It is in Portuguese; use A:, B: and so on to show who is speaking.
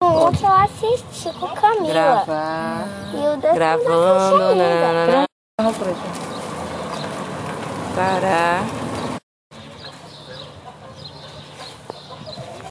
A: Porque eu assisti com Camila.
B: Gravar.
A: E o tá da da
B: Gravando.
A: Caixa Eira.
B: nananana.
C: Não, Fred.
B: Parar.